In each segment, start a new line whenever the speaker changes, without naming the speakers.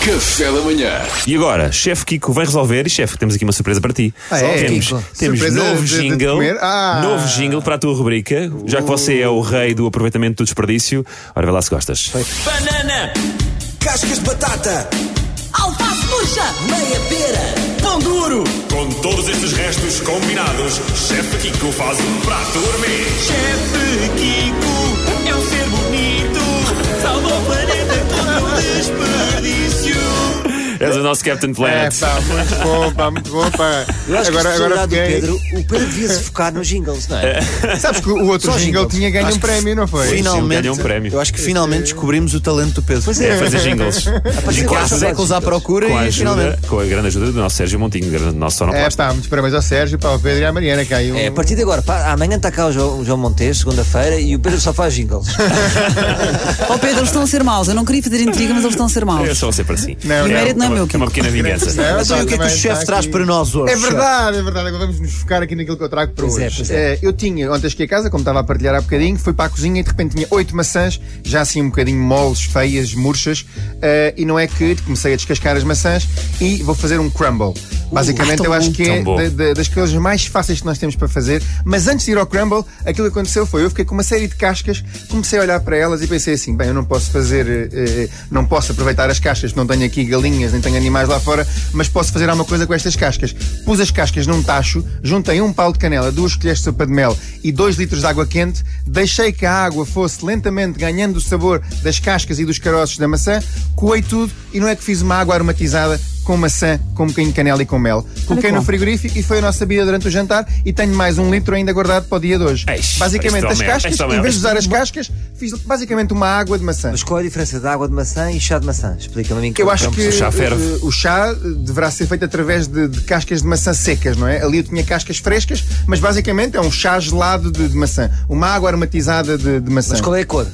Café da manhã.
E agora, chefe Kiko vai resolver. E chefe, temos aqui uma surpresa para ti.
Ah, é?
Temos,
Kiko.
temos
Surpresa
novo
de- de
jingle.
comer? Ah. Uh!
Novo jingle para a tua rubrica. Já que você é o rei do aproveitamento do desperdício. Ora, vê lá se gostas.
Banana, cascas de batata, alface murcha, meia pera, pão duro.
Com todos estes restos combinados, Chefe Kiko faz um prato gourmet.
Chefe Kiko é um ser bonito, salvou o planeta contra o desperdício.
És o nosso Captain
É,
Planet.
pá, muito bom, pá, muito bom, pá.
Eu acho
Agora,
que se
agora
agora do
fiquei-
Pedro, o Pedro devia se focar nos jingles, não é?
Sabes que o outro
Só
jingle
jingles.
tinha ganho
Acho
um
que
prémio, não foi?
Sim. ele ganhou um prémio.
Eu acho que finalmente descobrimos o talento do Pedro. Pois
É fazer jingles.
Apareceu
com a
quase
ajuda-
séculos
à procura
com a
e
ajuda-
finalmente.
Com a grande ajuda do nosso Sérgio Montinho, grande nosso
É,
sonoplasta.
pá, muitos parabéns ao Sérgio, para o Pedro e à Mariana, que há aí um...
É, a partir de agora, pá, amanhã está cá o João, o João Montes, segunda-feira, e o Pedro só faz jingles.
Oh Pedro, eles estão a ser maus. Eu não queria fazer intriga, mas eles estão a ser maus.
Eu É só vou ser para si.
Não, não.
mérito não é
uma-
meu,
É uma
Kiko.
pequena vingança.
Não,
Mas
pá,
olha o que é que o
também
chefe
está
traz
aqui.
para nós hoje?
É verdade, é verdade. Agora vamos nos focar aqui naquilo que eu trago para
Pois
hoje.
é, pois é.
Eh, eu tinha, ontem cheguei a casa, como estava a partilhar há bocadinho, fui para a cozinha e de repente tinha oito maçãs, já assim um bocadinho moles, feias, murchas, eh, e não é que comecei a descascar as maçãs e vou fazer um crumble. Basicamente, eu acho que é
Tão bom.
da- da- das coisas mais fáceis que nós temos para fazer. Mas antes de ir ao crumble, aquilo que aconteceu foi eu fiquei com uma série de cascas, comecei a olhar para elas e pensei assim: bem, eu não posso fazer, eh, eh, não posso aproveitar as cascas, porque não tenho aqui galinhas, nem tenho animais lá fora, mas posso fazer alguma coisa com estas cascas. Pus as cascas num tacho, juntei um pau de canela, duas colheres de sopa de mel e dois litros de água quente, deixei que a água fosse lentamente ganhando o sabor das cascas e dos caroços da maçã, coei tudo e não é que fiz uma água aromatizada com maçã, com um bocadinho de canela e com mel. Coloquei no frigorífico e foi a nossa bebida durante o jantar e tenho mais um litro ainda guardado para o dia de hoje.
Eish,
basicamente,
isto é
as
uma-
cascas,
isto é uma-
em vez de usar as cascas, fiz basicamente uma água de maçã.
Mas qual é a diferença de água de maçã e chá de maçã? Explica-me a mim.
Eu acho que
então, o chá
eh,
ferve.
o chá eh, deverá ser feito através de, de cascas de maçã secas, não é? Ali eu tinha cascas frescas, mas basicamente é um chá gelado de, de maçã. Uma água aromatizada de, de maçã.
Mas qual é a cor?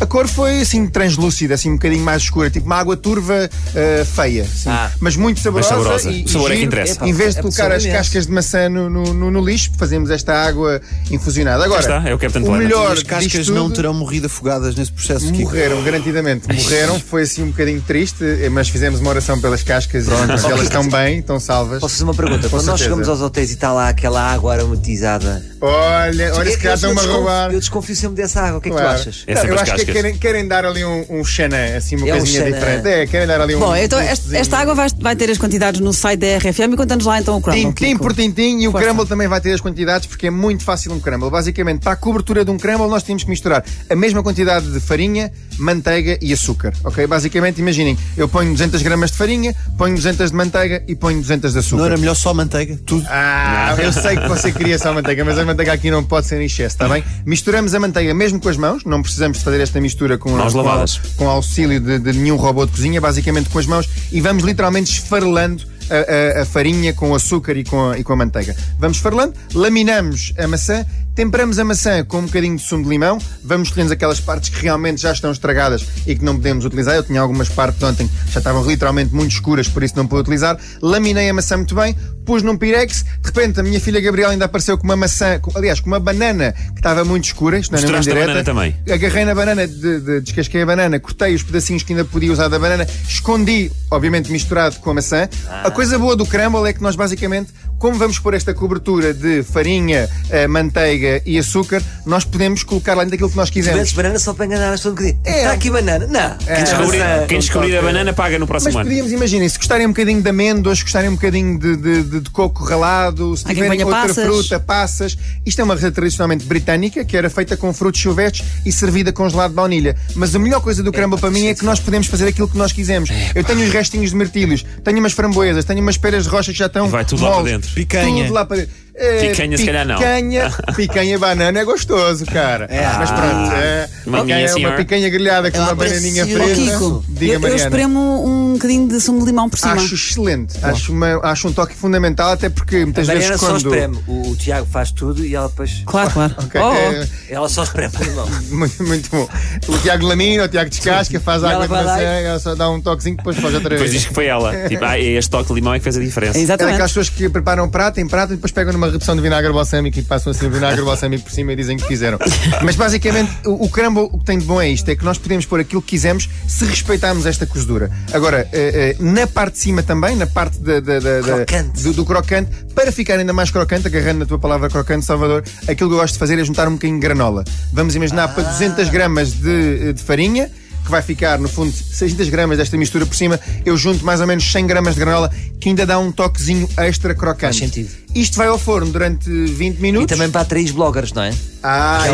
A cor foi assim translúcida, assim um bocadinho mais escura, tipo uma água turva eh, feia, assim.
Ah.
mas muito saborosa.
Mas saborosa.
E,
O sabor é
e
que
giro.
interessa.
Em vez de
É
colocar as
absolutamente.
cascas de maçã no, no- no- no lixo, fazemos esta água infusionada. Agora,
Lá está, é o Captain
o
Planet.
melhor
As cascas
disto
não
tudo-
terão morrido afogadas nesse processo. Kiko.
Morreram, garantidamente. Morreram, foi assim um bocadinho triste, eh, mas fizemos uma oração pelas cascas e elas estão bem, estão salvas.
Posso fazer uma pergunta?
Com
Quando nós
certeza.
chegamos aos hotéis e está lá aquela água aromatizada,
Olha, olha, se
Eu-
calhar
eu
estão-me a
desconfio-
roubar.
Eu desconfio sempre dessa água, o que é que
Claro.
tu achas?
É sempre
eu
as
acho que
cascas.
querem, querem dar ali um, um xanã, assim uma
É um
coisinha
xanã.
diferente. É, querem dar ali um.
Bom, então
um
esta,
toquezinho.
esta água vai, vai ter as quantidades no site da RFM e conta-nos lá então o crumble.
Tintim
Kiko.
por tintim e o
Força.
crumble também vai ter as quantidades porque é muito fácil um crumble. Basicamente, para a cobertura de um crumble nós temos que misturar a mesma quantidade de farinha, manteiga e açúcar, ok? Basicamente, imaginem, eu ponho 200 gramas de farinha, ponho 200 de manteiga e ponho 200 de açúcar.
Não era melhor só manteiga? Tudo.
Ah, eu sei que você queria só manteiga, mas a manteiga aqui não pode ser em excesso, está bem? Misturamos a manteiga mesmo com as mãos, não precisamos de fazer esta mistura com,
Mãos
com,
lavadas.
com auxílio de, de nenhum robô de cozinha, basicamente com as mãos, e vamos literalmente esfarelando a, a- a farinha com o açúcar e com, a, e com a manteiga. Vamos esfarelando, laminamos a maçã, temperamos a maçã com um bocadinho de sumo de limão, vamos escolhendo aquelas partes que realmente já estão estragadas e que não podemos utilizar. Eu tinha algumas partes ontem que já estavam literalmente muito escuras, por isso não pude utilizar. Laminei a maçã muito bem, pus num pirex, de repente a minha filha Gabriela ainda apareceu com uma maçã, com- aliás, com uma banana que estava muito escura, isto não é
Misturaste a
direta.
banana também?
Agarrei na banana, de- de- descasquei a banana, cortei os pedacinhos que ainda podia usar da banana, escondi, obviamente misturado com a maçã. A coisa boa do crumble é que nós basicamente, como vamos pôr esta cobertura de farinha, eh, manteiga e açúcar, nós podemos colocar lá dentro aquilo que nós
Metes
quisermos.
banana só para enganar as pessoas um bocadinho.
É.
Está aqui banana? Não.
Quem descobrir,
maçã.
quem descobrir a banana paga no
Mas
próximo ano.
podíamos, imaginem, se gostarem um bocadinho de amêndoas, se gostarem um bocadinho de, de- de- de coco ralado, se
Alguém
tiverem
ponha
outra
passas.
fruta, passas. Isto é uma receita tradicionalmente britânica que era feita com frutos chuvetes e servida com gelado de baunilha. Mas a melhor coisa do crumble para mim é que nós podemos fazer aquilo que nós quisermos. Eu tenho os restinhos de mirtilhos, tenho umas framboesas, tenho umas peras de rocha que já estão.
Vai tudo lá
moles.
para dentro.
Picanha.
Tudo lá para dentro. É,
Picanha, se calhar não.
Picanha, picanha e banana é gostoso, cara. Mas pronto,
Ah.
é,
Uma
picanha-
minha
uma
senhora.
picanha grelhada com
Ela
uma bananinha
aprecia-
Oh,
fresca.
Kiko,
Diga,
eu, eu
Mariana.
espremo um bocadinho de sumo de limão por cima.
Acho excelente. Acho, uma- acho um toque fundamental, até porque muitas
Mariana
vezes
só
quando.
espreme. O, o Tiago faz tudo e ela depois.
Claro, claro.
Ok,
Oh, oh.
é,
Ela só espreme, irmão.
muito, muito bom. O Tiago Lamina, o Tiago Descasca, faz
Ela
água de
vai lá
maçã,
e-
ela só dá um toquezinho depois faz outra vez.
Depois diz que foi ela. Tipo, ah, este toque de limão é que fez a diferença.
É daquelas
Exatamente.
pessoas que preparam um prato em prato e depois pegam numa uma redução de vinagre balsâmico e passam assim o vinagre balsâmico por cima e dizem que fizeram. Mas basicamente o, o crumble o que tem de bom é isto: é que nós podemos pôr aquilo que quisermos se respeitarmos esta cozedura. Agora, eh, eh, na parte de cima também, na parte da- da- da- da-
Crocante.
do, do crocante, para ficar ainda mais crocante, agarrando na tua palavra crocante, Salvador, aquilo que eu gosto de fazer é juntar um bocadinho de granola. Vamos imaginar para 200 gramas de, eh, de farinha. Que vai ficar, no fundo, 600 gramas desta mistura por cima, eu junto mais ou menos 100 gramas de granola, que ainda dá um toquezinho extra crocante.
Faz sentido.
Isto vai ao forno durante 20
E
minutos.
também para atrair os bloggers, não é?
Ah,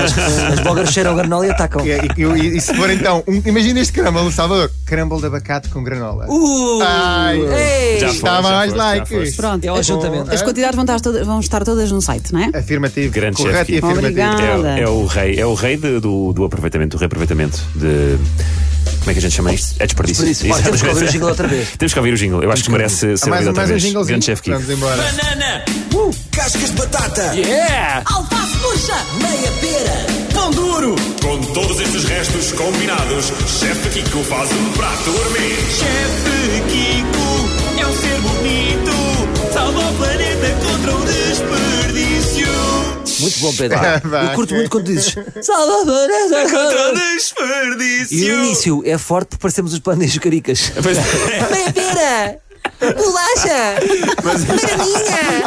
Os bloggers cheiram granola e atacam.
e, e- e- e se for então, um- imagina este crumble, Salvador. Crumble de abacate com granola.
Uh!
Ai,
Ei!
Já
está
foste, já
mais
foste, já
like.
foste.
Pronto,
É o
as-
ajuntamento.
As quantidades vão estar, todas, vão estar todas no site, não é?
Afirmativo,
Grande
correto
chefe.
e afirmativo.
Obrigada. Nada.
É, é o rei, é o rei de- do, do aproveitamento, do reaproveitamento de. Como é que a gente chama isto? É desperdício.
Desperdício.
Isso.
Bora, temos que ouvir o jingle outra vez.
Temos que ouvir o jingle. Eu acho que merece ser
Mais,
ouvido outra
mais um
vez.
jinglezinho.
Grande chefe
Vamos
Kiko.
embora.
Banana,
Cascas de batata,
Yeah!
alface murcha, meia pera, pão duro,
Com todos esses restos combinados, chefe Kiko faz um prato gourmet.
chefe Kiko, é um ser bonito, salva o planeta contra o desperdício.
Muito bom, Pedro.
Vai.
Eu curto muito quando dizes Salvador é
Contra o
Salvador."
desperdício.
E o início é forte porque parecemos os pandeiros caricas.
Pois é.
Pera! Bolacha! Maravilha!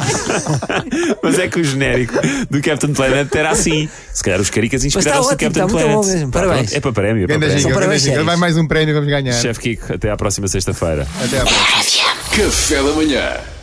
Mas é que o genérico do Captain Planet era assim. Se calhar os caricas inspiraram-se
tá
no
ótimo,
Captain
está muito bom
Planet.
mesmo.
Pá,
Parabéns.
pronto, É para prémio. É para
Ganda
prémio.
jingle, ganda
parabéns,
jingle.
séries.
Vai mais um prémio, vamos ganhar.
Chefe Kiko, até à próxima sexta-feira.
Até à próxima.
RFM.
Café da manhã.